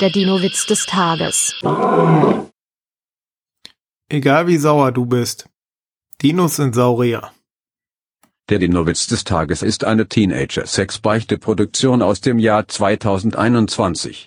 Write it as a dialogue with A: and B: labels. A: Der Dino-Witz des Tages.
B: Egal wie sauer du bist. Dinos sind Saurier.
C: Der Dinowitz des Tages ist eine Teenager-Sex-Beichte-Produktion aus dem Jahr 2021.